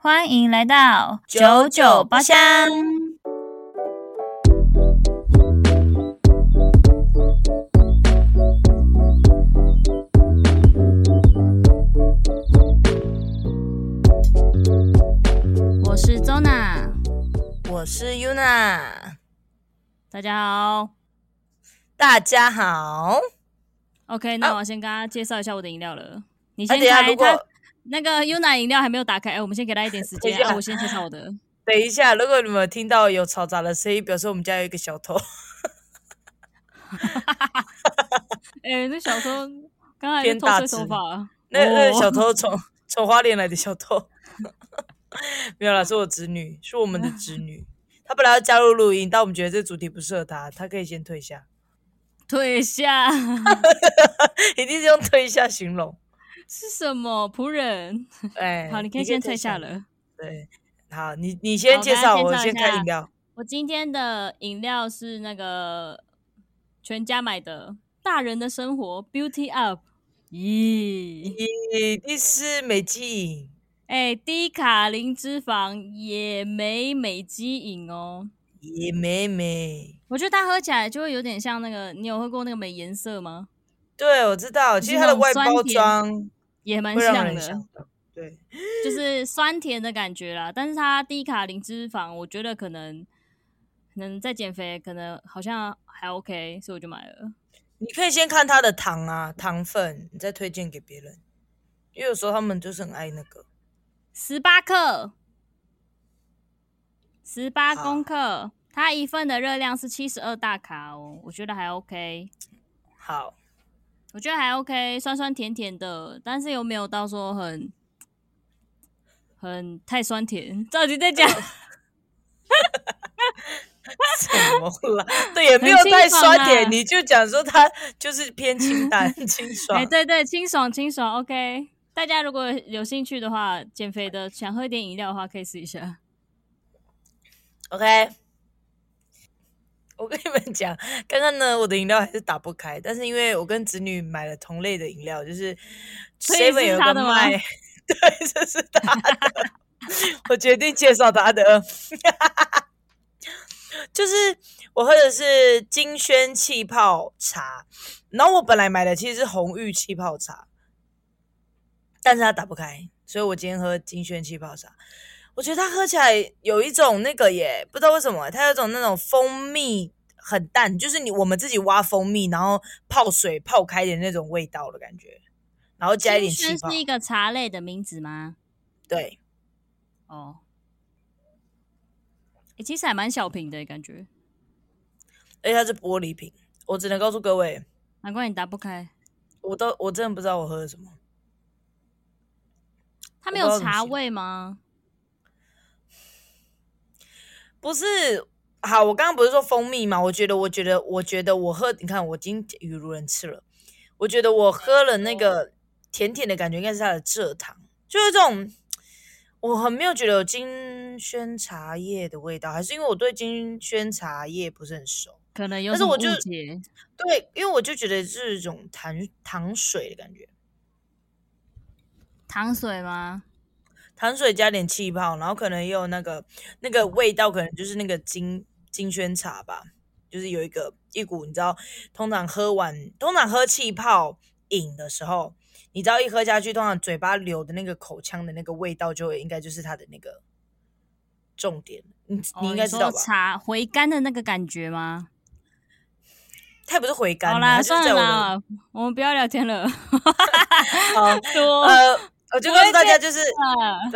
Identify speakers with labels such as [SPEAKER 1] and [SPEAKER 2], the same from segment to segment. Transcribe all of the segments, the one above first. [SPEAKER 1] 欢迎来到
[SPEAKER 2] 九九包厢。
[SPEAKER 1] 我是周娜，
[SPEAKER 2] 我是 Yuna，
[SPEAKER 1] 大家好。
[SPEAKER 2] 大家好。
[SPEAKER 1] OK，那我先跟大家介绍一下我的饮料了。你
[SPEAKER 2] 哎
[SPEAKER 1] 先
[SPEAKER 2] 啊等
[SPEAKER 1] 开
[SPEAKER 2] 一下，如果
[SPEAKER 1] 它那个 Yuna 饮料还没有打开，哎、我们先给他一点时间
[SPEAKER 2] 等一，下
[SPEAKER 1] 啊我先介绍我 的。
[SPEAKER 2] 等一下，如果你们有听到有嘈杂的声音，表示我们家有一个小偷。
[SPEAKER 1] 哎、那小时候刚才
[SPEAKER 2] 偏
[SPEAKER 1] 偷
[SPEAKER 2] 大
[SPEAKER 1] 吹头
[SPEAKER 2] 只
[SPEAKER 1] 发啊，
[SPEAKER 2] 那那
[SPEAKER 1] 哦
[SPEAKER 2] 小偷从从花莲来的小偷， 没有啦，是我侄女，是我们的侄女。她本来要加入录音，但我们觉得这主题不适合她，她可以先退下，
[SPEAKER 1] 退下
[SPEAKER 2] 一定是用退下形容。
[SPEAKER 1] 是什么仆人？
[SPEAKER 2] 哎，
[SPEAKER 1] 好，你可以先退下。了。
[SPEAKER 2] 对，好，你你先
[SPEAKER 1] 好
[SPEAKER 2] 介
[SPEAKER 1] 大家
[SPEAKER 2] 绍，
[SPEAKER 1] 介
[SPEAKER 2] 我
[SPEAKER 1] 绍一
[SPEAKER 2] 先开
[SPEAKER 1] 下
[SPEAKER 2] 饮料。
[SPEAKER 1] 我今天的饮料是那个全家买的《大人的生活》Beauty Up。咦，
[SPEAKER 2] 一定是美肌饮，
[SPEAKER 1] 哎，低卡零脂肪也没美肌饮哦。
[SPEAKER 2] 也美美。
[SPEAKER 1] 我觉得它喝起来就会有点像那个，你有喝过那个美颜色吗？
[SPEAKER 2] 对，我知道，
[SPEAKER 1] 就是
[SPEAKER 2] 其实它的
[SPEAKER 1] 那种
[SPEAKER 2] 外
[SPEAKER 1] 酸
[SPEAKER 2] 包
[SPEAKER 1] 甜
[SPEAKER 2] 装
[SPEAKER 1] 也蛮
[SPEAKER 2] 会让
[SPEAKER 1] 像
[SPEAKER 2] 人
[SPEAKER 1] 的
[SPEAKER 2] 想，到，对，
[SPEAKER 1] 就是酸甜的感觉啦。但是它低卡零脂肪，我觉得可能可能在减肥，可能好像还 OK，所以我就买了。
[SPEAKER 2] 你可以先看它的糖啊，糖分，你再推荐给别人，因为有时候他们就是很爱那个。
[SPEAKER 1] 十八克，十八
[SPEAKER 2] 好
[SPEAKER 1] 公克，它一份的热量是七十二大卡哦，我觉得还 OK，
[SPEAKER 2] 好，
[SPEAKER 1] 我觉得还 OK，酸酸甜甜的，但是又没有到说很很太酸甜。 到底在讲
[SPEAKER 2] 怎么了？ 对，也没有
[SPEAKER 1] 很清
[SPEAKER 2] 太
[SPEAKER 1] 爽
[SPEAKER 2] 酸
[SPEAKER 1] 啊
[SPEAKER 2] 甜，你就讲说它就是偏清淡、 清
[SPEAKER 1] 哎、
[SPEAKER 2] 爽。
[SPEAKER 1] 对对，清爽清爽，OK。大家如果有兴趣的话，减肥的想喝一点饮料的话，可以试一下。
[SPEAKER 2] OK，我跟你们讲，刚刚呢，我的饮料还是打不开，但是因为我跟侄女买了同类的饮料，就是
[SPEAKER 1] 所以
[SPEAKER 2] Seven
[SPEAKER 1] 是
[SPEAKER 2] 有一
[SPEAKER 1] 她
[SPEAKER 2] 个
[SPEAKER 1] 的吗
[SPEAKER 2] 卖， 对，这是他的，我决定介绍他的， 就是我喝的是金萱气泡茶，然后我本来买的其实是红玉气泡茶，但是它打不开，所以我今天喝金萱气泡茶。我觉得它喝起来有一种那个耶，不知道为什么，它有一种那种蜂蜜很淡，就是你我们自己挖蜂蜜，然后泡水泡开的那种味道的感觉，然后加一点气
[SPEAKER 1] 金
[SPEAKER 2] 泡
[SPEAKER 1] 萱，是一个茶类的名字吗？
[SPEAKER 2] 对，
[SPEAKER 1] 哦，哎、其实还蛮小瓶的感觉，
[SPEAKER 2] 而且它是玻璃瓶。我只能告诉各位，
[SPEAKER 1] 难怪你打不开。
[SPEAKER 2] 我都我真的不知道我喝了什么。
[SPEAKER 1] 它
[SPEAKER 2] 我
[SPEAKER 1] 没
[SPEAKER 2] 不知
[SPEAKER 1] 有
[SPEAKER 2] 道怎么
[SPEAKER 1] 茶
[SPEAKER 2] 形容
[SPEAKER 1] 味吗？
[SPEAKER 2] 不是，好，我刚刚不是说蜂蜜嘛？我觉得，我觉得，我觉得我喝，你看我已经语无伦次了。我觉得我喝了那个甜甜的感觉，应该是它的蔗糖，就是这种，我很没有觉得有金萱茶叶的味道，还是因为我对金萱茶叶不是很熟。
[SPEAKER 1] 可能有
[SPEAKER 2] 但
[SPEAKER 1] 什
[SPEAKER 2] 是
[SPEAKER 1] 么
[SPEAKER 2] 我
[SPEAKER 1] 误
[SPEAKER 2] 就
[SPEAKER 1] 解。
[SPEAKER 2] 对，因为我就觉得是一种糖糖水的感觉，
[SPEAKER 1] 糖水吗？
[SPEAKER 2] 糖水加点气泡，然后可能也有那个那个味道，可能就是那个金金萱茶吧，就是有一个一股你知道，通常喝完通常喝气泡饮的时候，你知道一喝下去，通常嘴巴流的那个口腔的那个味道就会应该就是它的那个重点，你哦你应该知
[SPEAKER 1] 哦说
[SPEAKER 2] 道吧？
[SPEAKER 1] 茶回甘的那个感觉吗？
[SPEAKER 2] 它也不是回甘
[SPEAKER 1] 好
[SPEAKER 2] 啊，
[SPEAKER 1] 啦，
[SPEAKER 2] 它就是
[SPEAKER 1] 算
[SPEAKER 2] 在
[SPEAKER 1] 了
[SPEAKER 2] 我的
[SPEAKER 1] 啦，我们不要聊天了。
[SPEAKER 2] 好
[SPEAKER 1] 多
[SPEAKER 2] 呃，我就
[SPEAKER 1] 我
[SPEAKER 2] 告
[SPEAKER 1] 会
[SPEAKER 2] 诉大
[SPEAKER 1] 变
[SPEAKER 2] 家就是。
[SPEAKER 1] 啊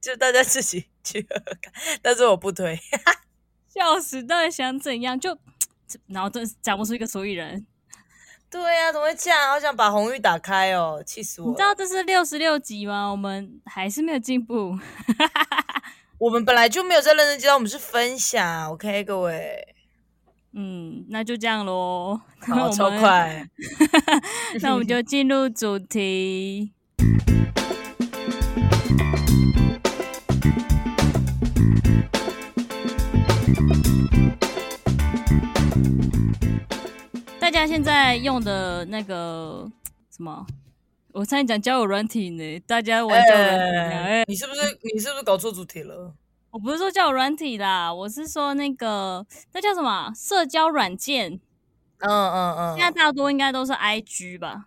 [SPEAKER 2] 就大家自己去喝喝看，但是我不推。
[SPEAKER 1] 笑死，到底想怎样？就然后真是讲不出一个所以然。
[SPEAKER 2] 对啊，怎么会这样？好想把红玉打开哦，气死我
[SPEAKER 1] 你
[SPEAKER 2] 了！
[SPEAKER 1] 知道这是六十六集吗？我们还是没有进步。
[SPEAKER 2] 我们本来就没有在认真介绍，我们是分享，OK，各 位。
[SPEAKER 1] 嗯，那就这样喽。那
[SPEAKER 2] 好，
[SPEAKER 1] 我
[SPEAKER 2] 超
[SPEAKER 1] 们
[SPEAKER 2] 快。
[SPEAKER 1] 那我们就进入主题。大家现在用的那个什么我差点讲交友软体呢，大家玩交友软体呢，哎、
[SPEAKER 2] 你是不是你是不是搞错主题了？
[SPEAKER 1] 我不是说交友软体啦，我是说那个那叫什么啊社交软件，
[SPEAKER 2] 嗯嗯
[SPEAKER 1] 现在，大多应该都是 IG 吧，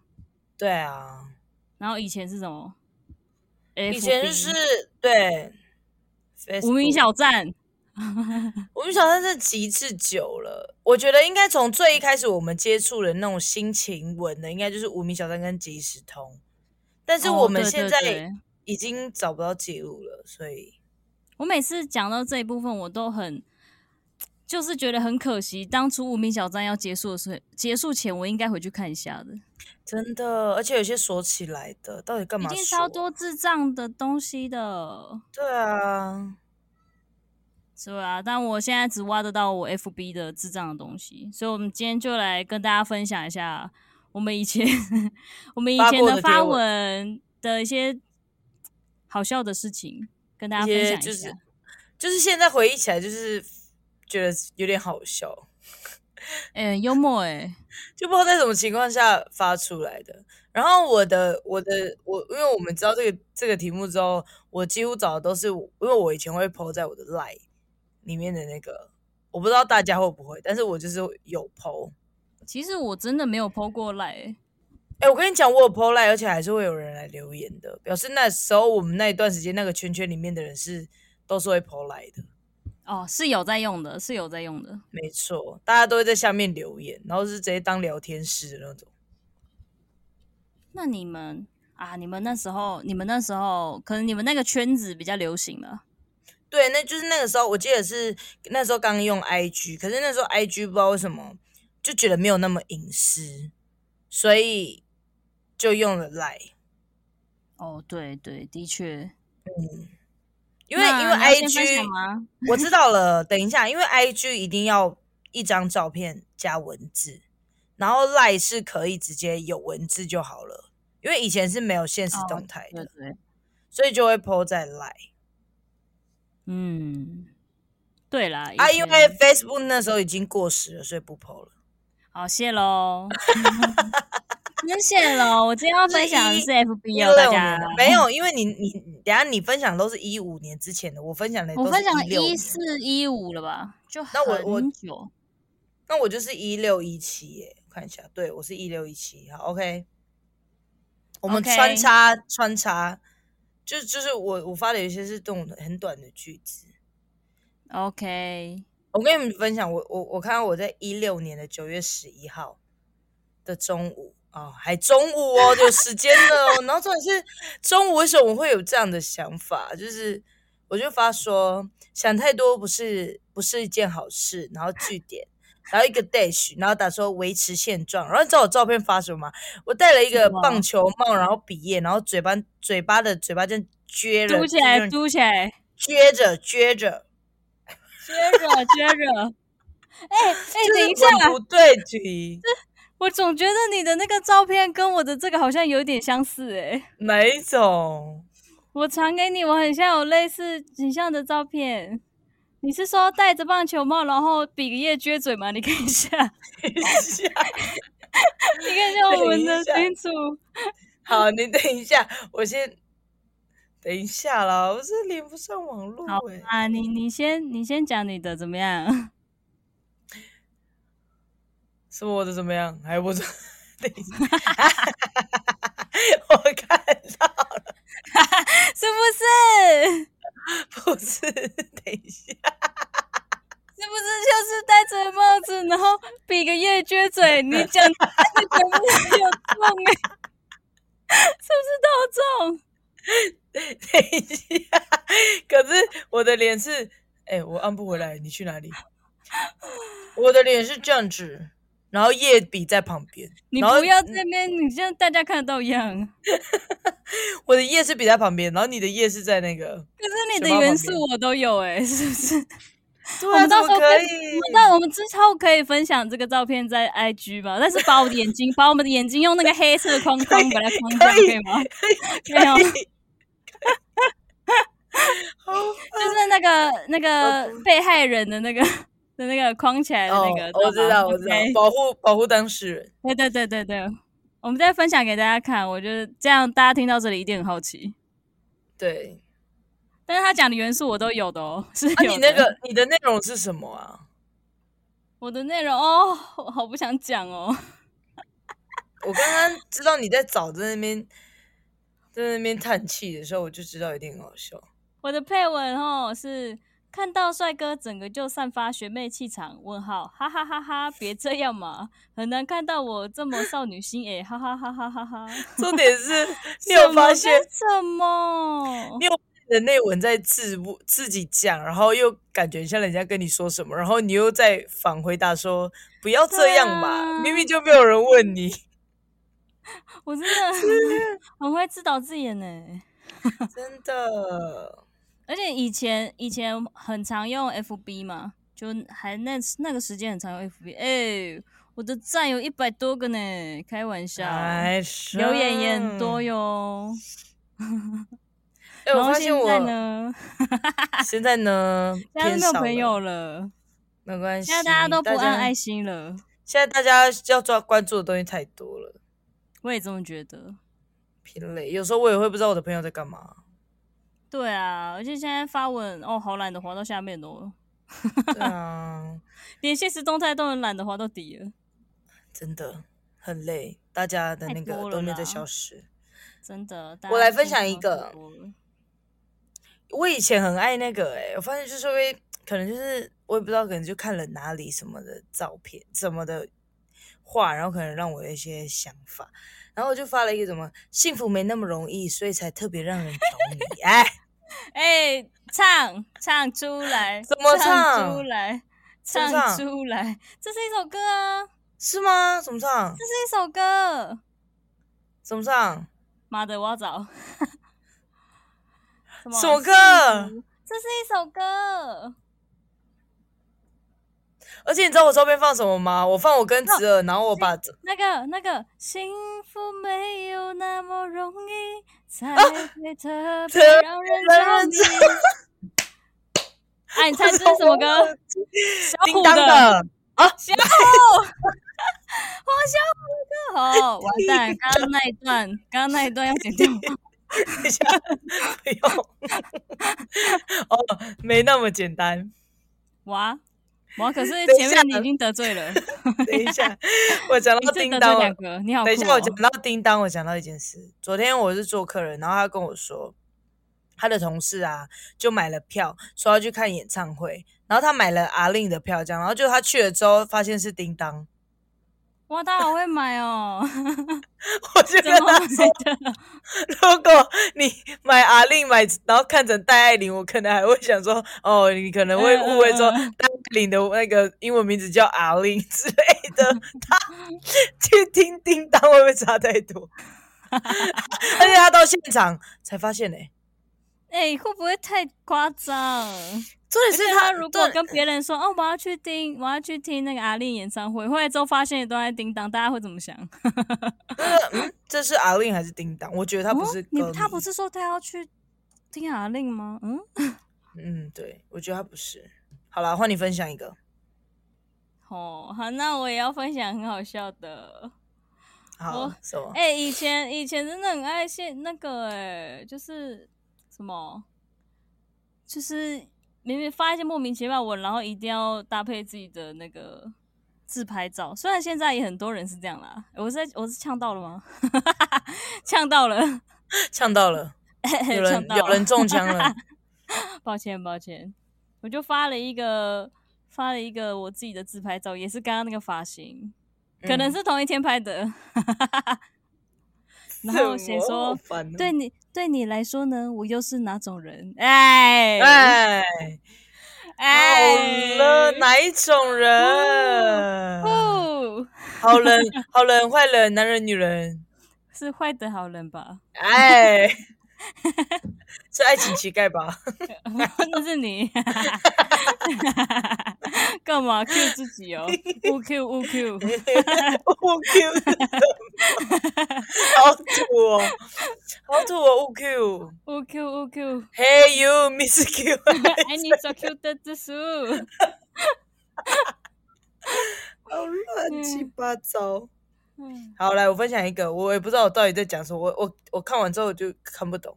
[SPEAKER 2] 对啊，
[SPEAKER 1] 然后以前是什么？以
[SPEAKER 2] 以前就是对，
[SPEAKER 1] 无名
[SPEAKER 2] Facebook
[SPEAKER 1] 小站，
[SPEAKER 2] 我们小站是极致久了，我觉得应该从最一开始我们接触的那种新情文的，应该就是无名小站跟即时通，但是
[SPEAKER 1] 哦
[SPEAKER 2] 我们
[SPEAKER 1] 对
[SPEAKER 2] 现
[SPEAKER 1] 对
[SPEAKER 2] 在
[SPEAKER 1] 对
[SPEAKER 2] 已经找不到记录了，所以
[SPEAKER 1] 我每次讲到这一部分，我都很就是觉得很可惜，当初无名小站要结束的时候，结束前我应该回去看一下的，
[SPEAKER 2] 真的，而且有些锁起来的，到底干
[SPEAKER 1] 一
[SPEAKER 2] 嘛？
[SPEAKER 1] 定超，多智障的东西的，
[SPEAKER 2] 对啊，
[SPEAKER 1] 是吧？但我现在只挖得到我 FB 的智障的东西，所以我们今天就来跟大家分享一下我们以前 我们以前的
[SPEAKER 2] 发
[SPEAKER 1] 发
[SPEAKER 2] 过
[SPEAKER 1] 文的一些好笑的事情，跟大家
[SPEAKER 2] 一
[SPEAKER 1] 分
[SPEAKER 2] 些
[SPEAKER 1] 享一下。
[SPEAKER 2] 就是就是现在回忆起来，就是觉得有点好笑，
[SPEAKER 1] 哎、幽默哎、
[SPEAKER 2] 就不知道在什么情况下发出来的。然后我的我的我，因为我们知道这个这个题目之后，我几乎找的都是我，因为我以前会 PO 在我的 Line 里面的那个，我不知道大家会不会，但是我就是有 PO。
[SPEAKER 1] 其实我真的没有 PO 过来、欸，
[SPEAKER 2] 哎、我跟你讲，我有 PO Line，而且还是会有人来留言的，表示那时候我们那一段时间那个圈圈里面的人是都是会 PO Line 的。
[SPEAKER 1] 哦，是有在用的，是有在用的。
[SPEAKER 2] 没错，大家都会在下面留言，然后是直接当聊天室的那种。
[SPEAKER 1] 那你们啊，你们那时候，你们那时候可能你们那个圈子比较流行了，
[SPEAKER 2] 对，那就是那个时候，我记得是那时候刚用 IG，可是那时候 IG 不知道为什么就觉得没有那么隐私，所以就用了 Line，
[SPEAKER 1] 哦，对对，的确，
[SPEAKER 2] 因为
[SPEAKER 1] 那
[SPEAKER 2] 因
[SPEAKER 1] 你
[SPEAKER 2] 为
[SPEAKER 1] 要先分
[SPEAKER 2] IG
[SPEAKER 1] 享吗
[SPEAKER 2] 我知道了，等一下，因为 I G 一定要一张照片加文字，然后 Line 是可以直接有文字就好了，因为以前是没有现实
[SPEAKER 1] 哦
[SPEAKER 2] 动态的，
[SPEAKER 1] 对对，
[SPEAKER 2] 所以就会 PO 在 Line
[SPEAKER 1] 嗯，对啦，以
[SPEAKER 2] 啊，因为
[SPEAKER 1] 前
[SPEAKER 2] Facebook 那时候已经过时了，所以不 PO 了。
[SPEAKER 1] 好哦谢喽， 真谢喽，我今天要分享的是
[SPEAKER 2] 是
[SPEAKER 1] FB 哦，
[SPEAKER 2] 16
[SPEAKER 1] 大
[SPEAKER 2] 年
[SPEAKER 1] 家
[SPEAKER 2] 了，没有，因为你你等一下你分享都是一五年之前的，我分享的
[SPEAKER 1] 我
[SPEAKER 2] 都
[SPEAKER 1] 分享
[SPEAKER 2] 是
[SPEAKER 1] 一
[SPEAKER 2] 一
[SPEAKER 1] 四一五了吧，就很
[SPEAKER 2] 那我我
[SPEAKER 1] 久，
[SPEAKER 2] 那我就是一六一七耶，我看一下，对我是一六一七，好，OK，我们
[SPEAKER 1] OK
[SPEAKER 2] 穿插穿插，就就是我我发的有一些是这种很短的句子。
[SPEAKER 1] OK，
[SPEAKER 2] 我跟你们分享，我我我看到我在一六年的九月十一号的中午哦，还中午哦，有时间了哦。然后重点是中午为什么我会有这样的想法？就是我就发说想太多不是不是一件好事，然后据点。然后一个 dash，然后打说维持现状，然后你知道我照片发什么吗？我戴了一
[SPEAKER 1] 什
[SPEAKER 2] 个
[SPEAKER 1] 么
[SPEAKER 2] 棒球帽，然后鼻炎，然后嘴巴嘴巴的嘴巴正撅着，
[SPEAKER 1] 嘟起来，
[SPEAKER 2] 就是
[SPEAKER 1] 嘟起来。
[SPEAKER 2] 撅着撅着，
[SPEAKER 1] 接着接着，哎哎、等一下，
[SPEAKER 2] 就是文不对题。
[SPEAKER 1] 我总觉得你的那个照片跟我的这个好像有点相似哎、
[SPEAKER 2] 哪一种？
[SPEAKER 1] 我传给你，我很像有类似景象的照片。你是说戴着棒球帽，然后比个耶撅嘴吗？你看一下，你
[SPEAKER 2] 等一下，
[SPEAKER 1] 看一下我们的
[SPEAKER 2] 等
[SPEAKER 1] 清楚。
[SPEAKER 2] 好，你等一下，我先等一下啦，我是连不上网络
[SPEAKER 1] 好
[SPEAKER 2] 哎、
[SPEAKER 1] 啊，你你先你先讲你的怎么样？
[SPEAKER 2] 是我的怎么样？还不错。等一下， 我看到
[SPEAKER 1] 是不是？
[SPEAKER 2] 不是，等一下，
[SPEAKER 1] 是不是就是戴着帽子，然后比个耶撅嘴？你讲你讲不是有中哎、是不是都有中？
[SPEAKER 2] 等一下。可是我的脸是，哎、我按不回来，你去哪里？我的脸是这样子，然后叶笔在旁边，
[SPEAKER 1] 你
[SPEAKER 2] 然后
[SPEAKER 1] 不要这边，你像大家看得到一样。
[SPEAKER 2] 我的叶是笔在旁边，然后你的叶是在那个。
[SPEAKER 1] 可是你的
[SPEAKER 2] 嘴巴
[SPEAKER 1] 元
[SPEAKER 2] 旁边
[SPEAKER 1] 素我都有哎、是不是？
[SPEAKER 2] 对
[SPEAKER 1] 我
[SPEAKER 2] 啊，
[SPEAKER 1] 们到
[SPEAKER 2] 怎
[SPEAKER 1] 时候
[SPEAKER 2] 么可
[SPEAKER 1] 可以
[SPEAKER 2] 以。
[SPEAKER 1] 那我们之后可以分享这个照片在 IG 吧，但是把我的眼睛，把我们的眼睛用那个黑色框框把它框上，
[SPEAKER 2] 可以
[SPEAKER 1] 可以吗？ 没有，
[SPEAKER 2] 啊
[SPEAKER 1] 就是那个那个被害人的那个的那个框起来的那个，
[SPEAKER 2] 哦我知道，
[SPEAKER 1] 吧
[SPEAKER 2] 我知道
[SPEAKER 1] OK，
[SPEAKER 2] 保护保护当事人。
[SPEAKER 1] 对对对对对。我们再分享给大家看。我觉得这样大家听到这里一定很好奇。
[SPEAKER 2] 对，
[SPEAKER 1] 但是他讲的元素我都有的哦，是有
[SPEAKER 2] 那、
[SPEAKER 1] 的、
[SPEAKER 2] 啊你那个你的内容是什么啊？
[SPEAKER 1] 我的内容哦，我好不想讲哦。
[SPEAKER 2] 我刚刚知道你在找在那边在那边叹气的时候，我就知道一定很好笑。
[SPEAKER 1] 我的配文哦是看到帅哥整个就散发学妹气场，问号，哈哈哈哈，别这样嘛，很难看到我这么少女心诶、哈哈哈哈哈哈。
[SPEAKER 2] 重点 是 你有发现
[SPEAKER 1] 什么？
[SPEAKER 2] 你有你的内文在自不自己讲，然后又感觉像人家跟你说什么，然后你又在反回答说不要这样嘛，
[SPEAKER 1] 对啊
[SPEAKER 2] 明明就没有人问你，
[SPEAKER 1] 我真 的很会自导自演呢、欸啊
[SPEAKER 2] 真的。
[SPEAKER 1] 而且以前以前很常用 FB 嘛，就还那那个时间很常用 FB。哎、我的赞有一百多个呢，开玩笑，哦
[SPEAKER 2] 哎，是
[SPEAKER 1] 留言也很多。哟。
[SPEAKER 2] 哎，
[SPEAKER 1] 然
[SPEAKER 2] 我
[SPEAKER 1] 后
[SPEAKER 2] 发
[SPEAKER 1] 现
[SPEAKER 2] 现我
[SPEAKER 1] 在呢，
[SPEAKER 2] 现在呢，
[SPEAKER 1] 大家都没
[SPEAKER 2] 偏少
[SPEAKER 1] 有朋友
[SPEAKER 2] 了，
[SPEAKER 1] 了，
[SPEAKER 2] 没关系。
[SPEAKER 1] 现在大家都不按爱
[SPEAKER 2] 心，
[SPEAKER 1] 心了，
[SPEAKER 2] 现在大家要抓关注的东西太多了，
[SPEAKER 1] 我也这么觉得。
[SPEAKER 2] 疲累。有时候我也会不知道我的朋友在干 嘛。
[SPEAKER 1] 对啊，而且现在发文哦，好懒得滑到下面哦，
[SPEAKER 2] 对啊，
[SPEAKER 1] 连现实动态都很懒得滑到底了，
[SPEAKER 2] 真的很累，大家的
[SPEAKER 1] 太
[SPEAKER 2] 那个
[SPEAKER 1] 多了
[SPEAKER 2] 都没有在
[SPEAKER 1] 啦
[SPEAKER 2] 消失。
[SPEAKER 1] 真的。
[SPEAKER 2] 我来分享一
[SPEAKER 1] 大家
[SPEAKER 2] 个
[SPEAKER 1] 都多了
[SPEAKER 2] 我以前很爱那个诶、我发现就是会可能就是我也不知道，可能就看了哪里什么的照片什么的话，然后可能让我有一些想法，然后我就发了一个什么幸福没那么容易，所以才特别让人着迷。哎，
[SPEAKER 1] 哎、唱唱出来，
[SPEAKER 2] 怎么
[SPEAKER 1] 唱
[SPEAKER 2] 唱
[SPEAKER 1] 出来？
[SPEAKER 2] 怎么
[SPEAKER 1] 唱
[SPEAKER 2] 唱
[SPEAKER 1] 出来，这是一首歌啊，
[SPEAKER 2] 是吗？怎么唱
[SPEAKER 1] 这？是一首歌。
[SPEAKER 2] 怎么唱？
[SPEAKER 1] 妈的，我要找 什啊
[SPEAKER 2] 什么
[SPEAKER 1] 幸
[SPEAKER 2] 歌
[SPEAKER 1] 福这是一首歌，
[SPEAKER 2] 而且你知道我照片放什么吗？我放我跟侄
[SPEAKER 1] 哦
[SPEAKER 2] 儿，然后我把
[SPEAKER 1] 那个那个幸福没有那么容易，才会特别
[SPEAKER 2] 啊特
[SPEAKER 1] 让人
[SPEAKER 2] 别
[SPEAKER 1] 着
[SPEAKER 2] 让人
[SPEAKER 1] 迷。哎、你猜这是什 么歌？小
[SPEAKER 2] 叮
[SPEAKER 1] 虎
[SPEAKER 2] 当
[SPEAKER 1] 啊
[SPEAKER 2] 的。啊
[SPEAKER 1] 小虎，黄小虎的歌哦，完蛋！刚刚那一段，刚刚那一段要剪掉。
[SPEAKER 2] 等一下，不用。 哦，没那么 简单。
[SPEAKER 1] 哇哇！可是
[SPEAKER 2] 等一
[SPEAKER 1] 前
[SPEAKER 2] 下
[SPEAKER 1] 面你已经得罪了，
[SPEAKER 2] 等一下，我讲
[SPEAKER 1] 你
[SPEAKER 2] 到
[SPEAKER 1] 只
[SPEAKER 2] 叮
[SPEAKER 1] 得罪
[SPEAKER 2] 当了
[SPEAKER 1] 两。个，你好酷、
[SPEAKER 2] 等
[SPEAKER 1] 哦。
[SPEAKER 2] 一下，我讲到叮当，我讲到一件事。昨天我是做客人，然后他跟我说，他的同事啊就买了票，说要去看演唱会，然后他买了阿令的票，这样，然后就他去了之后，发现是叮当，
[SPEAKER 1] 哇，他好会买哦，
[SPEAKER 2] 我就
[SPEAKER 1] 怎
[SPEAKER 2] 跟
[SPEAKER 1] 么
[SPEAKER 2] 他
[SPEAKER 1] 买
[SPEAKER 2] 说，
[SPEAKER 1] 的？
[SPEAKER 2] 如果你买阿令买，然后看成戴爱玲，我可能还会想说，哦，你可能会误会说
[SPEAKER 1] 嗯嗯
[SPEAKER 2] 戴爱玲的那个英文名字叫阿令之类的。他去听叮当会不会差太多？ 而且他到现场才发现呢、
[SPEAKER 1] 哎、会不会太夸张？
[SPEAKER 2] 重点
[SPEAKER 1] 而
[SPEAKER 2] 是
[SPEAKER 1] 且
[SPEAKER 2] 他
[SPEAKER 1] 他如果
[SPEAKER 2] 对
[SPEAKER 1] 跟别人说哦，我要去听，我要去听那个阿令演唱会，后来之后发现都在叮当，大家会怎么想？
[SPEAKER 2] 这是阿令还是叮当？我觉得他不是
[SPEAKER 1] 哦、
[SPEAKER 2] 歌迷、
[SPEAKER 1] 你他不是说他要去听阿令吗？嗯，
[SPEAKER 2] 嗯，对，我觉得他不是。好了，换你分享一个
[SPEAKER 1] 哦， 好，那我也要分享很好笑的。
[SPEAKER 2] 好
[SPEAKER 1] 我
[SPEAKER 2] 什么？
[SPEAKER 1] 哎、以前以前真的很爱现那个哎、就是什么，就是明明发一些莫名其妙文，然后一定要搭配自己的那个自拍照。虽然现在也很多人是这样啦，我是在我是呛到了吗？ 呛到了，
[SPEAKER 2] 呛到了，有
[SPEAKER 1] 呛
[SPEAKER 2] 人
[SPEAKER 1] 到
[SPEAKER 2] 有
[SPEAKER 1] 了
[SPEAKER 2] 人，中枪了。
[SPEAKER 1] 抱歉抱歉，我就发了一个发了一个我自己的自拍照，也是刚刚那个发型，可能
[SPEAKER 2] 嗯
[SPEAKER 1] 是同一天拍的。 然后写说
[SPEAKER 2] 什么好烦哦
[SPEAKER 1] 对你对你来说呢，我又是哪种人？哎
[SPEAKER 2] 哎，
[SPEAKER 1] 哎，
[SPEAKER 2] 好了，哪一种人？
[SPEAKER 1] 不
[SPEAKER 2] 好 人、好人、坏人、男人、女人，
[SPEAKER 1] 是坏的好人吧？
[SPEAKER 2] 哎，是爱情乞 丐吧？
[SPEAKER 1] 那是你， 干嘛 Q 自己哦？勿 Q 勿 Q，
[SPEAKER 2] 误 Q 是什么好土哦，好土哦，误 Q。
[SPEAKER 1] 勿 Q 勿 Q，
[SPEAKER 2] Hey you, Miss Q，
[SPEAKER 1] 爱哎你做 Q 的指数。
[SPEAKER 2] 好乱七八糟。
[SPEAKER 1] 嗯，
[SPEAKER 2] 好，来我分享一个，我也不知道我到底在讲什么，我我我看完之后我就看不懂。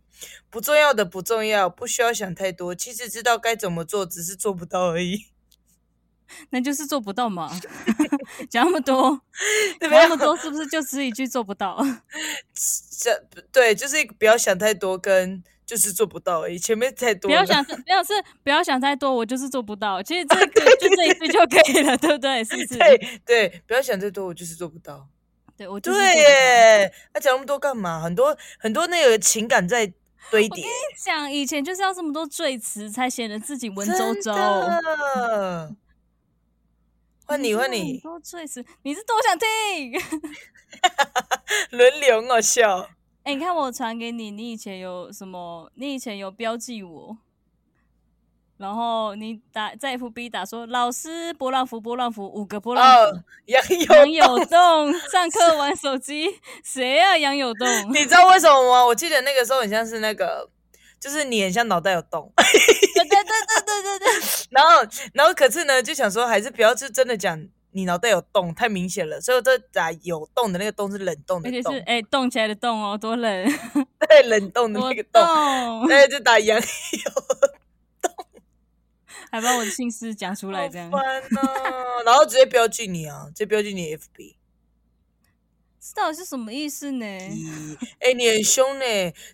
[SPEAKER 2] 不重要的不重要，不需要想太多，其实知道该怎么做，只是做不到而已。
[SPEAKER 1] 那就是做不到嘛。 讲那么多，讲
[SPEAKER 2] 对不对
[SPEAKER 1] 那么多，是不是就只一句做不到？
[SPEAKER 2] 这对，就是不要想太多，跟就是做不到而已。前面太
[SPEAKER 1] 不
[SPEAKER 2] 多了，
[SPEAKER 1] 要想，不要是不要想太多，我就是做不到。其实 这个就这一句就可以了，对不对？是不是？
[SPEAKER 2] 对对，不要想太多，我就是做不到。
[SPEAKER 1] 对，我就是做不
[SPEAKER 2] 对
[SPEAKER 1] 到。
[SPEAKER 2] 耶，那讲那么多干嘛？很多很多那个情感在堆叠，
[SPEAKER 1] 讲以前就是要这么多赘词才显得自己文绉绉。
[SPEAKER 2] 真 的。换你，换
[SPEAKER 1] 很
[SPEAKER 2] 你，
[SPEAKER 1] 多赘词，你是多想听？
[SPEAKER 2] 轮流哦笑。
[SPEAKER 1] 哎、你看我传给你，你以前有什么？你以前有标记我，然后你打在 FB 打说老师波浪符波浪符五个波浪符。
[SPEAKER 2] 哦，杨
[SPEAKER 1] 杨
[SPEAKER 2] 有
[SPEAKER 1] 有栋上课玩手机，谁啊？杨有栋，
[SPEAKER 2] 你知道为什么吗？我记得那个时候很像是那个，就是你很像脑袋有洞，
[SPEAKER 1] 对对对对对对对，
[SPEAKER 2] 然后然后可是呢，就想说还是不要是真的讲你脑袋有洞，太明显了，所以我就打有洞的那个洞是冷冻
[SPEAKER 1] 而
[SPEAKER 2] 的
[SPEAKER 1] 且
[SPEAKER 2] 洞
[SPEAKER 1] 是，哎、动起来的动哦，多冷，
[SPEAKER 2] 对，冷冻的
[SPEAKER 1] 多
[SPEAKER 2] 那个洞，
[SPEAKER 1] 动，
[SPEAKER 2] 对，就打杨有，
[SPEAKER 1] 还把我的姓氏讲出来，这样
[SPEAKER 2] 好烦哦， 然后直接标记你啊，直接标记你 FB。
[SPEAKER 1] 这到底是什么意思呢？
[SPEAKER 2] 咦，哎、你很凶呢、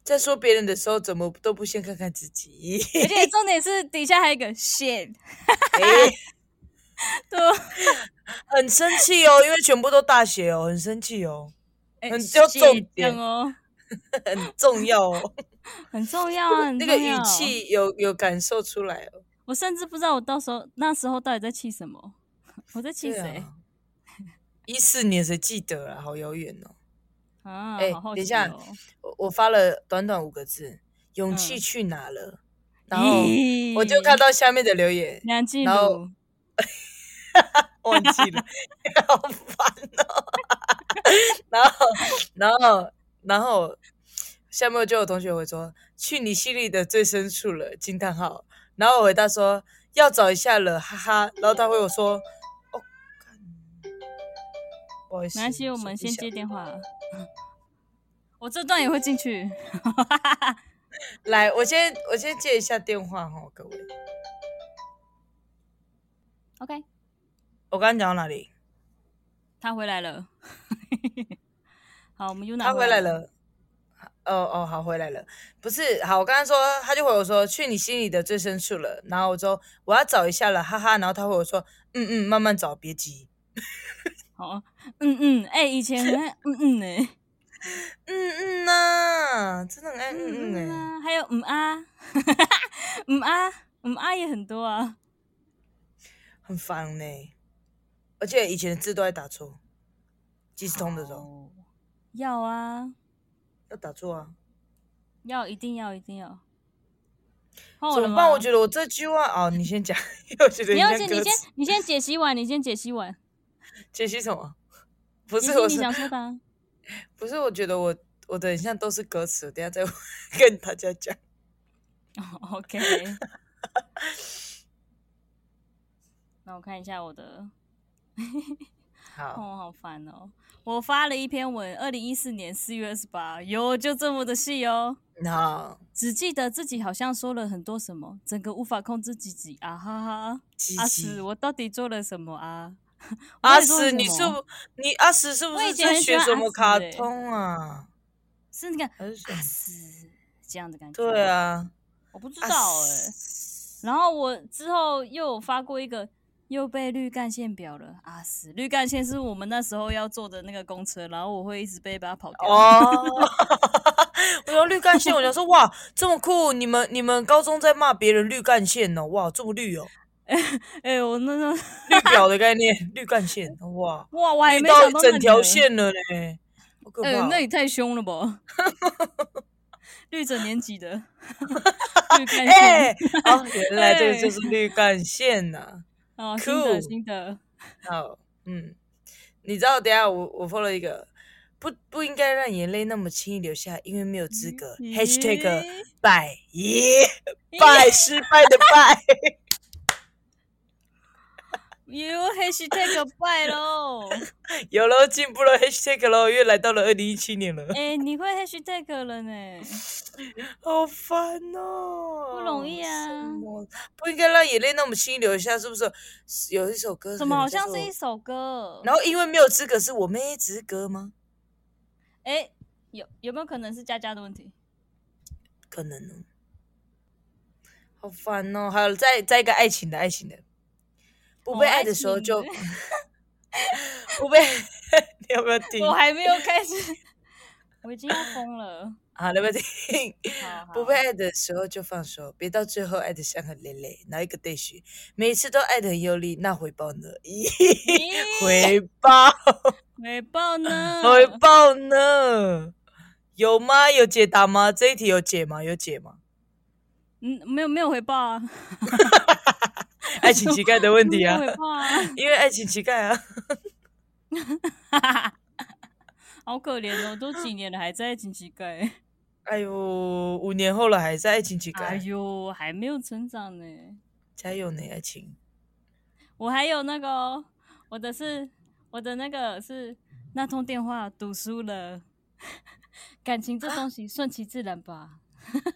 [SPEAKER 2] 在说别人的时候，怎么都不先看看自己？
[SPEAKER 1] 而且重点是底下还有一个 shit，
[SPEAKER 2] 哎
[SPEAKER 1] 对，
[SPEAKER 2] 很生气哦，因为全部都大写哦，很生气哦，
[SPEAKER 1] 哎
[SPEAKER 2] 很要重
[SPEAKER 1] shit，这
[SPEAKER 2] 点
[SPEAKER 1] 样哦，
[SPEAKER 2] 很重要哦。
[SPEAKER 1] 很重要啊，很
[SPEAKER 2] 那个
[SPEAKER 1] 重要
[SPEAKER 2] 语，气有有感受出来哦。
[SPEAKER 1] 我甚至不知道我到时候那时候到底在气什么， 我在
[SPEAKER 2] 啊
[SPEAKER 1] 气谁
[SPEAKER 2] 一四年谁记得啊？好遥远哦。
[SPEAKER 1] 啊？
[SPEAKER 2] 哎
[SPEAKER 1] 好好
[SPEAKER 2] 等一
[SPEAKER 1] 奇
[SPEAKER 2] 下
[SPEAKER 1] 哦，
[SPEAKER 2] 我我发了短短五个字，勇气
[SPEAKER 1] 嗯
[SPEAKER 2] 去哪了？然后
[SPEAKER 1] 咦
[SPEAKER 2] 我就看到下面的留言，
[SPEAKER 1] 梁静
[SPEAKER 2] 然后
[SPEAKER 1] 茹。
[SPEAKER 2] 忘记了，好烦哦。然后，然后，然后，下面就有同学会说：“去你心里的最深处了！”惊叹号。然后我回答说：“要找一下了，哈哈。”然后他回我说：“哦，干不好意思，
[SPEAKER 1] 没关系，我们
[SPEAKER 2] 手机
[SPEAKER 1] 先
[SPEAKER 2] 响
[SPEAKER 1] 接电话。 我这段也会进去。
[SPEAKER 2] 来，我先我先接一下电话哈，各位。
[SPEAKER 1] OK，
[SPEAKER 2] 我刚刚讲到哪里？
[SPEAKER 1] 他回来了。 好，我们 Yuna
[SPEAKER 2] 他回来。了。哦哦，好，回来了。不是，好，我刚刚说，他就回我说去你心里的最深处了。然后我说我要找一下了，哈哈。然后他回我说，嗯嗯，慢慢找，别急。
[SPEAKER 1] 好，嗯嗯，哎、以前很爱嗯嗯呢、
[SPEAKER 2] 嗯嗯呐、真的很爱嗯嗯哎、
[SPEAKER 1] 啊，还有嗯啊，嗯啊，嗯啊也很多啊。
[SPEAKER 2] 哎很烦呢、而且以前的字都爱打错，即时通的时候
[SPEAKER 1] 好要啊，
[SPEAKER 2] 要打错啊。
[SPEAKER 1] 要一定要一定要。换我
[SPEAKER 2] 怎
[SPEAKER 1] 了
[SPEAKER 2] 么
[SPEAKER 1] 吗？
[SPEAKER 2] 办？我觉得我这句话哦，你先讲，因为我觉得
[SPEAKER 1] 你要
[SPEAKER 2] 像
[SPEAKER 1] 先，
[SPEAKER 2] 歌
[SPEAKER 1] 你先
[SPEAKER 2] 词，
[SPEAKER 1] 你先解析完，你先解析完，
[SPEAKER 2] 解析什么？不
[SPEAKER 1] 解
[SPEAKER 2] 是，
[SPEAKER 1] 析
[SPEAKER 2] 我
[SPEAKER 1] 你
[SPEAKER 2] 是
[SPEAKER 1] 想说的、啊。
[SPEAKER 2] 不是，我觉得我我的很像都是歌词，等一下再 跟大家讲。
[SPEAKER 1] 哦 OK，那我看一下我的，
[SPEAKER 2] 好，
[SPEAKER 1] 哦，好烦哦！我发了一篇文，二零一四年四月二十八，有就这么的细哦，
[SPEAKER 2] 好，
[SPEAKER 1] 只记得自己好像说了很多什么，整个无法控制自己啊哈哈！
[SPEAKER 2] 鸡
[SPEAKER 1] 阿
[SPEAKER 2] 鸡
[SPEAKER 1] 史，我到底做了什么啊？
[SPEAKER 2] 阿
[SPEAKER 1] 我到
[SPEAKER 2] 史，
[SPEAKER 1] 底
[SPEAKER 2] 你
[SPEAKER 1] 做
[SPEAKER 2] 是
[SPEAKER 1] 了什么
[SPEAKER 2] 不你阿史是不
[SPEAKER 1] 我以
[SPEAKER 2] 是
[SPEAKER 1] 前
[SPEAKER 2] 在
[SPEAKER 1] 很喜
[SPEAKER 2] 学
[SPEAKER 1] 欢
[SPEAKER 2] 什
[SPEAKER 1] 阿
[SPEAKER 2] 么
[SPEAKER 1] 史
[SPEAKER 2] 卡
[SPEAKER 1] 欸
[SPEAKER 2] 通啊？
[SPEAKER 1] 是那个
[SPEAKER 2] 还是什
[SPEAKER 1] 阿
[SPEAKER 2] 么？
[SPEAKER 1] 史这样的感觉？
[SPEAKER 2] 对，啊，
[SPEAKER 1] 我不知
[SPEAKER 2] 阿
[SPEAKER 1] 道哎、
[SPEAKER 2] 史
[SPEAKER 1] 然后我之后又有发过一个又被绿干线表了啊！死绿干线是我们那时候要坐的那个公车，然后我会一直被它跑掉。
[SPEAKER 2] 哦，我说绿干线，我想说哇，这么酷！你们你们高中在骂别人绿干线哦，哇，这么绿哦，
[SPEAKER 1] 哎、我那时候
[SPEAKER 2] 绿表的概念，绿干线，哇，
[SPEAKER 1] 哇，我 还
[SPEAKER 2] 绿
[SPEAKER 1] 没想
[SPEAKER 2] 到
[SPEAKER 1] 到
[SPEAKER 2] 整条
[SPEAKER 1] 那
[SPEAKER 2] 线了嘞，好
[SPEAKER 1] 个，
[SPEAKER 2] 可怕
[SPEAKER 1] 哎、
[SPEAKER 2] 哦！
[SPEAKER 1] 那也太凶了 吧！绿整年级的绿干
[SPEAKER 2] 哎、
[SPEAKER 1] 线，
[SPEAKER 2] 哦，原来 这个就是绿干线呐、
[SPEAKER 1] 哦，新的
[SPEAKER 2] cool
[SPEAKER 1] 新的，
[SPEAKER 2] 好，嗯，你知道，等一下我我 follow 一个，不不应该让眼泪那么轻易流下，因为没有资格。
[SPEAKER 1] 咦
[SPEAKER 2] hashtag 拜耶，拜失败的拜，
[SPEAKER 1] 咦 You hashtag 拜 喽！
[SPEAKER 2] 有了进步了，#hashtag 了，因为来到了二零一七年了，
[SPEAKER 1] 哎、你会 hashtag 了呢？
[SPEAKER 2] 好烦哦，
[SPEAKER 1] 不容易啊
[SPEAKER 2] 什么不应该让眼泪那么轻易流下，是不是？有一首歌
[SPEAKER 1] 怎么好像是
[SPEAKER 2] 叫做
[SPEAKER 1] 一首歌？
[SPEAKER 2] 然后因为没有资格是我没资格吗？
[SPEAKER 1] 哎、有有没有可能是佳佳的问题？
[SPEAKER 2] 可能哦，好烦哦。还有再再一个爱情的爱情的，不被
[SPEAKER 1] 哦
[SPEAKER 2] 爱
[SPEAKER 1] 爱
[SPEAKER 2] 的时候
[SPEAKER 1] 情
[SPEAKER 2] 就不被，你要不要听？
[SPEAKER 1] 我还没有开始， 我已经要疯了。
[SPEAKER 2] 好，啊你要不要 听？
[SPEAKER 1] 好好
[SPEAKER 2] 不被爱的时候就放手，别到最后爱的伤痕累累，然后一个对许，每次都爱的很用力，那回报呢？ 咦，
[SPEAKER 1] 咦
[SPEAKER 2] 回报，
[SPEAKER 1] 回报 呢？
[SPEAKER 2] 回报呢？有吗？有解答吗？这一题有解吗？有解吗？
[SPEAKER 1] 嗯，没有没有回报啊，
[SPEAKER 2] 爱情乞丐的问题 啊
[SPEAKER 1] 没，有回报啊，
[SPEAKER 2] 因为爱情乞丐啊，
[SPEAKER 1] 好可怜哦，都几年了还在紧急盖，
[SPEAKER 2] 哎呦，五年后了还是爱情乞
[SPEAKER 1] 哎
[SPEAKER 2] 丐，
[SPEAKER 1] 呦，还没有成长呢。
[SPEAKER 2] 加油呢，爱情。
[SPEAKER 1] 我还有那个哦、我的是我的那个是那通电话赌输了， 感情这东西顺其自然吧。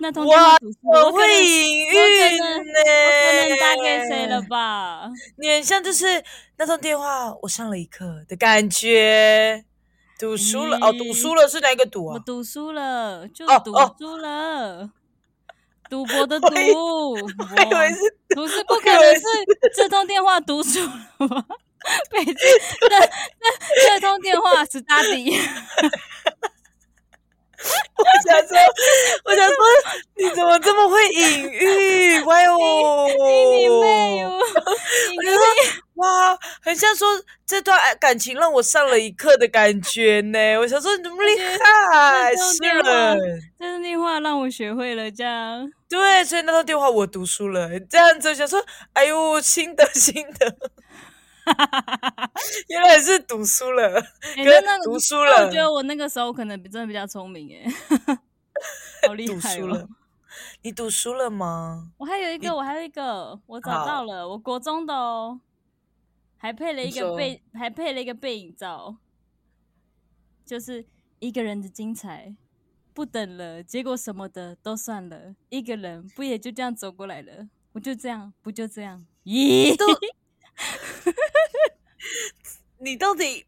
[SPEAKER 1] 那通电话赌输了，
[SPEAKER 2] 我
[SPEAKER 1] 可能
[SPEAKER 2] 会隐
[SPEAKER 1] 我可
[SPEAKER 2] 喻
[SPEAKER 1] 能
[SPEAKER 2] 呢，
[SPEAKER 1] 我可能打给谁了？吧？
[SPEAKER 2] 你很像就是那通电话，我上了一课的感觉。赌输了、哦，赌输了是哪一个赌
[SPEAKER 1] 我
[SPEAKER 2] 啊？
[SPEAKER 1] 赌输了，就
[SPEAKER 2] 哦
[SPEAKER 1] 赌
[SPEAKER 2] 哦
[SPEAKER 1] 输了，赌博的赌，
[SPEAKER 2] 我以 我以为
[SPEAKER 1] 我不
[SPEAKER 2] 是
[SPEAKER 1] 是不
[SPEAKER 2] 我以
[SPEAKER 1] 可能
[SPEAKER 2] 为
[SPEAKER 1] 是这通电话赌输了吧？ 每次那那这通电话是打底，
[SPEAKER 2] 我想说，我想说，你怎么这么会隐 喻？哎呦，
[SPEAKER 1] 你妹哟！
[SPEAKER 2] 我
[SPEAKER 1] 哦你
[SPEAKER 2] 觉得哇，很像说这段爱感情让我上了一课的感觉呢。我想说你怎么厉害，
[SPEAKER 1] 那通
[SPEAKER 2] 是
[SPEAKER 1] 电话
[SPEAKER 2] 人。
[SPEAKER 1] 这通电话让我学会了这 样。
[SPEAKER 2] 对，所以那通电话我读书了，这样子我想说，哎呦，新的新的，原来是读书了，
[SPEAKER 1] 哎
[SPEAKER 2] 跟
[SPEAKER 1] 那那个
[SPEAKER 2] 读书
[SPEAKER 1] 那
[SPEAKER 2] 了
[SPEAKER 1] 我觉，得我那个时候可能比真的比较聪明哎， 好厉
[SPEAKER 2] 读
[SPEAKER 1] 害
[SPEAKER 2] 书
[SPEAKER 1] 哦
[SPEAKER 2] 了！。你读书了吗？
[SPEAKER 1] 我还有一个，我还有一个，我找到了，我国中的哦，还配了一
[SPEAKER 2] 你
[SPEAKER 1] 个
[SPEAKER 2] 说
[SPEAKER 1] 背，还配了一个背影照，就是一个人的精彩，不等了，结果什么的都算了，一个人不也就这样走过来了，我就这样，不就这样，咦，
[SPEAKER 2] 你到底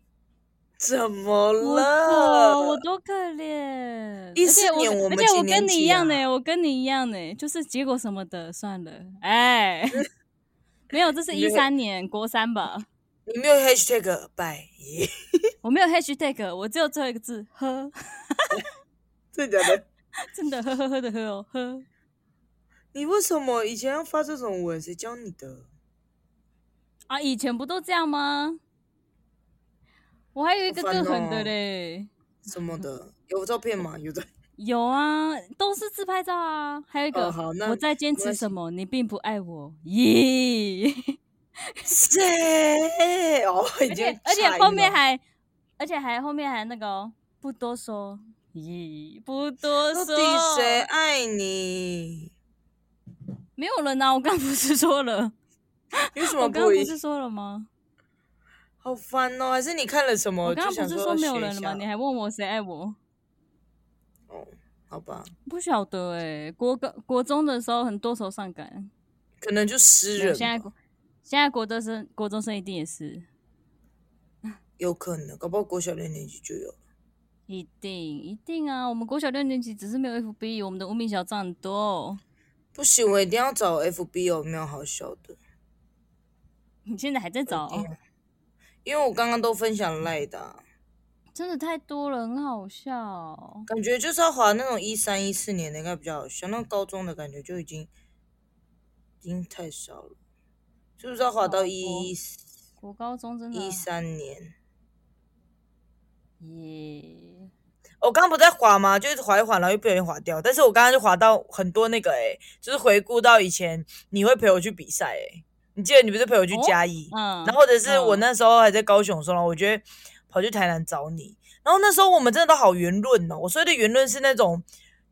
[SPEAKER 2] 怎么
[SPEAKER 1] 我
[SPEAKER 2] 了？
[SPEAKER 1] 我多可怜！而
[SPEAKER 2] 14
[SPEAKER 1] 且
[SPEAKER 2] 年
[SPEAKER 1] 我
[SPEAKER 2] 我
[SPEAKER 1] 而
[SPEAKER 2] 们
[SPEAKER 1] 且我
[SPEAKER 2] 几年
[SPEAKER 1] 跟你
[SPEAKER 2] 级
[SPEAKER 1] 一样呢、
[SPEAKER 2] 啊
[SPEAKER 1] 我跟你一样呢、就是结果什么的算了，哎， 没有，这是
[SPEAKER 2] 你
[SPEAKER 1] 一
[SPEAKER 2] 这个
[SPEAKER 1] 三年国三吧，
[SPEAKER 2] 你没有 hashtag 拜，咦
[SPEAKER 1] 我没有 hashtag，我只有最后一个字呵，
[SPEAKER 2] 真的假的？
[SPEAKER 1] 真的呵呵呵的呵哦呵，
[SPEAKER 2] 你为什么以前要发这种文？谁教你的？
[SPEAKER 1] 啊，以前不都这样吗？我还有一个
[SPEAKER 2] 好烦
[SPEAKER 1] 更狠的
[SPEAKER 2] 哦
[SPEAKER 1] 嘞，
[SPEAKER 2] 什么的？有照片吗？有的。
[SPEAKER 1] 有啊，都是自拍照啊，还有一个，
[SPEAKER 2] 哦好那
[SPEAKER 1] 我在坚
[SPEAKER 2] 没
[SPEAKER 1] 持
[SPEAKER 2] 关系
[SPEAKER 1] 什么？你并不爱我，耶。
[SPEAKER 2] 谁？哦，已
[SPEAKER 1] 而
[SPEAKER 2] 经
[SPEAKER 1] 且而且
[SPEAKER 2] 差异
[SPEAKER 1] 后面
[SPEAKER 2] 了
[SPEAKER 1] 还，而且还后面还那个哦、不多说，咦，不多
[SPEAKER 2] 到
[SPEAKER 1] 说，
[SPEAKER 2] 底谁爱你？
[SPEAKER 1] 没有人啊！我刚不是说了，
[SPEAKER 2] 有什
[SPEAKER 1] 我
[SPEAKER 2] 么
[SPEAKER 1] 刚不
[SPEAKER 2] 不一？
[SPEAKER 1] 是说了吗？
[SPEAKER 2] 好烦哦！还是你看了什么
[SPEAKER 1] 我刚
[SPEAKER 2] 就
[SPEAKER 1] 刚
[SPEAKER 2] 想
[SPEAKER 1] 不是说没有
[SPEAKER 2] 学一
[SPEAKER 1] 人了吗？
[SPEAKER 2] 下
[SPEAKER 1] 你还问我谁爱我？
[SPEAKER 2] 哦，好吧，
[SPEAKER 1] 不晓得哎、国高国中的时候很多愁善感，
[SPEAKER 2] 可能就诗
[SPEAKER 1] 没有
[SPEAKER 2] 人
[SPEAKER 1] 现在
[SPEAKER 2] 吧，
[SPEAKER 1] 国现在国中生国中生一定也是，
[SPEAKER 2] 有可能，搞不好国小六年级就有。
[SPEAKER 1] 一定一定啊！我们国小六年级只是没有 FB，我们的无名小站很多哦、
[SPEAKER 2] 不行，我一定要找 FB 有没有好笑的，
[SPEAKER 1] 你现在还在找、哦
[SPEAKER 2] 定因为我刚刚都分享赖的啊、
[SPEAKER 1] 真的太多了，很好笑哦、
[SPEAKER 2] 感觉就是要划那种一三一四年的应该比较好笑，那高中的感觉就已经已经太少了，是不是要划
[SPEAKER 1] 好
[SPEAKER 2] 到
[SPEAKER 1] 我
[SPEAKER 2] 一
[SPEAKER 1] 国高中真的
[SPEAKER 2] 一三年？
[SPEAKER 1] 耶，
[SPEAKER 2] 我刚刚不在滑吗？就是滑一滑，然后又不小心滑掉。但是我刚刚就滑到很多那个、欸，就是回顾到以前你会陪我去比赛，哎，你记得你不是陪我去
[SPEAKER 1] 哦
[SPEAKER 2] 嘉义，
[SPEAKER 1] 嗯，
[SPEAKER 2] 然后或者是
[SPEAKER 1] 嗯
[SPEAKER 2] 我那时候还在高雄的时候，然后我就会跑去台南找你。然后那时候我们真的都好圆润哦，我说的圆润是那种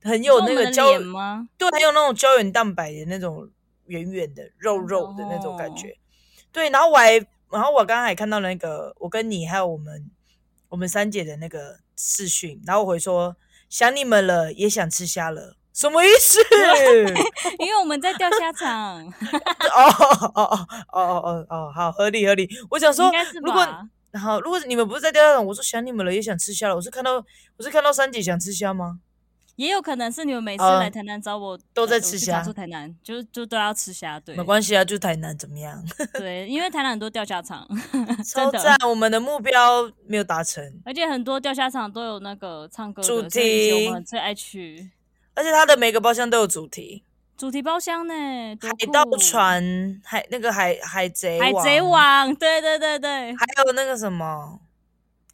[SPEAKER 2] 很有
[SPEAKER 1] 你说
[SPEAKER 2] 那
[SPEAKER 1] 我们
[SPEAKER 2] 个
[SPEAKER 1] 的
[SPEAKER 2] 胶
[SPEAKER 1] 脸，吗？哦
[SPEAKER 2] 对，很有那种胶原蛋白的那种圆圆的、肉肉的那种感觉。对，然后我还，然后我刚刚还看到了那个我跟你还有我们我们三姐的那个视讯，然后我回说想你们了，也想吃虾了，什么意 思？
[SPEAKER 1] 因为我们在钓虾场，
[SPEAKER 2] 哦哦哦哦哦哦哦，好合理合理。 我想
[SPEAKER 1] 应
[SPEAKER 2] 说
[SPEAKER 1] 该是，
[SPEAKER 2] 如果
[SPEAKER 1] 吧？
[SPEAKER 2] 然后如果你们不是在钓虾场，我说想你们了，也想吃虾了。我是看到我是看到三姐想吃虾吗？
[SPEAKER 1] 也有可能是你们每次
[SPEAKER 2] 呃
[SPEAKER 1] 来台南找我，
[SPEAKER 2] 都在
[SPEAKER 1] 呃我
[SPEAKER 2] 吃
[SPEAKER 1] 去
[SPEAKER 2] 虾
[SPEAKER 1] 常住台南就就都要吃虾，对
[SPEAKER 2] 没关系啊，就台南怎么样？
[SPEAKER 1] 对，因为台南很多钓虾场，
[SPEAKER 2] 超
[SPEAKER 1] 真的
[SPEAKER 2] 赞，我们的目标没有达成，
[SPEAKER 1] 而且很多钓虾场都有那个唱歌的
[SPEAKER 2] 主
[SPEAKER 1] 所以以前
[SPEAKER 2] 题
[SPEAKER 1] 我们最爱去
[SPEAKER 2] 而且它的每个包厢都有主题，
[SPEAKER 1] 主题包厢呢，多
[SPEAKER 2] 海盗
[SPEAKER 1] 酷、哦
[SPEAKER 2] 船、海那个海海贼
[SPEAKER 1] 海贼王，对对对对，
[SPEAKER 2] 还有那个什么，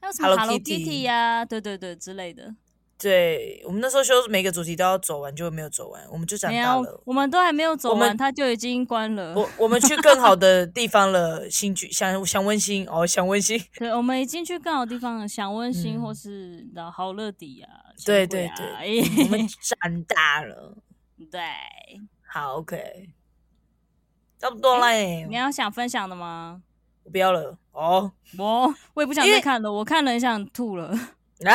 [SPEAKER 1] 还有什么
[SPEAKER 2] Hello
[SPEAKER 1] Hello
[SPEAKER 2] Kitty
[SPEAKER 1] Kitty 呀、对对对之类的。
[SPEAKER 2] 对我们那时候修每个主题都要走完，就没有走完，我们就长
[SPEAKER 1] 没
[SPEAKER 2] 大
[SPEAKER 1] 有
[SPEAKER 2] 了，。
[SPEAKER 1] 我们都还没有走
[SPEAKER 2] 我们
[SPEAKER 1] 完，他就已经关了。
[SPEAKER 2] 我我们去更好的地方了，新居想想温馨哦，想 温馨，
[SPEAKER 1] 对，我们已经去更好的地方了，想温馨
[SPEAKER 2] 嗯
[SPEAKER 1] 或是然后好乐迪啊，
[SPEAKER 2] 对
[SPEAKER 1] 钱柜
[SPEAKER 2] 对
[SPEAKER 1] 啊
[SPEAKER 2] 对，我们长大了。
[SPEAKER 1] 对。
[SPEAKER 2] 好，OK，差不多啦、
[SPEAKER 1] 哎
[SPEAKER 2] 欸
[SPEAKER 1] 你，要想分享的吗？
[SPEAKER 2] 我不要了哦。
[SPEAKER 1] 我我也不想
[SPEAKER 2] 因
[SPEAKER 1] 再
[SPEAKER 2] 为
[SPEAKER 1] 看了，我看了很想吐了，
[SPEAKER 2] 啊，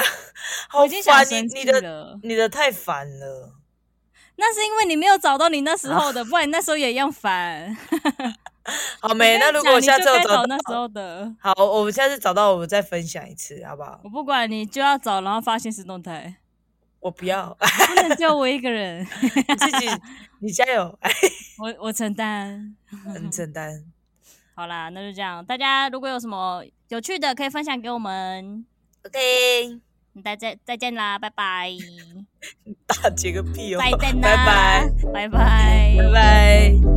[SPEAKER 1] 我
[SPEAKER 2] 好
[SPEAKER 1] 已经想
[SPEAKER 2] 烦你，
[SPEAKER 1] 生
[SPEAKER 2] 你
[SPEAKER 1] 气
[SPEAKER 2] 的
[SPEAKER 1] 了。
[SPEAKER 2] 你的太烦了。
[SPEAKER 1] 那是因为你没有找到你那时
[SPEAKER 2] 啊
[SPEAKER 1] 候的，不然你那时候也一样 烦。
[SPEAKER 2] 好没？
[SPEAKER 1] 我跟
[SPEAKER 2] 哎那
[SPEAKER 1] 你
[SPEAKER 2] 如果我
[SPEAKER 1] 讲你就
[SPEAKER 2] 下次有
[SPEAKER 1] 该
[SPEAKER 2] 找
[SPEAKER 1] 找
[SPEAKER 2] 到
[SPEAKER 1] 那，时候的，
[SPEAKER 2] 好，我们下次找到我再分享一次，好不好？
[SPEAKER 1] 我不管你就要找，然后发现实动态，
[SPEAKER 2] 我不要，
[SPEAKER 1] 不能只有我一个人，
[SPEAKER 2] 你自己你加油，哎
[SPEAKER 1] 我我承担。
[SPEAKER 2] 很承担。
[SPEAKER 1] 好啦，那就这样。大家如果有什么有趣的，可以分享给我们。
[SPEAKER 2] OK，
[SPEAKER 1] 大家再见啦，拜拜，
[SPEAKER 2] 大姐个屁哦！
[SPEAKER 1] 再见
[SPEAKER 2] 拜
[SPEAKER 1] 啦
[SPEAKER 2] 拜，，
[SPEAKER 1] 拜拜，
[SPEAKER 2] 拜。拜。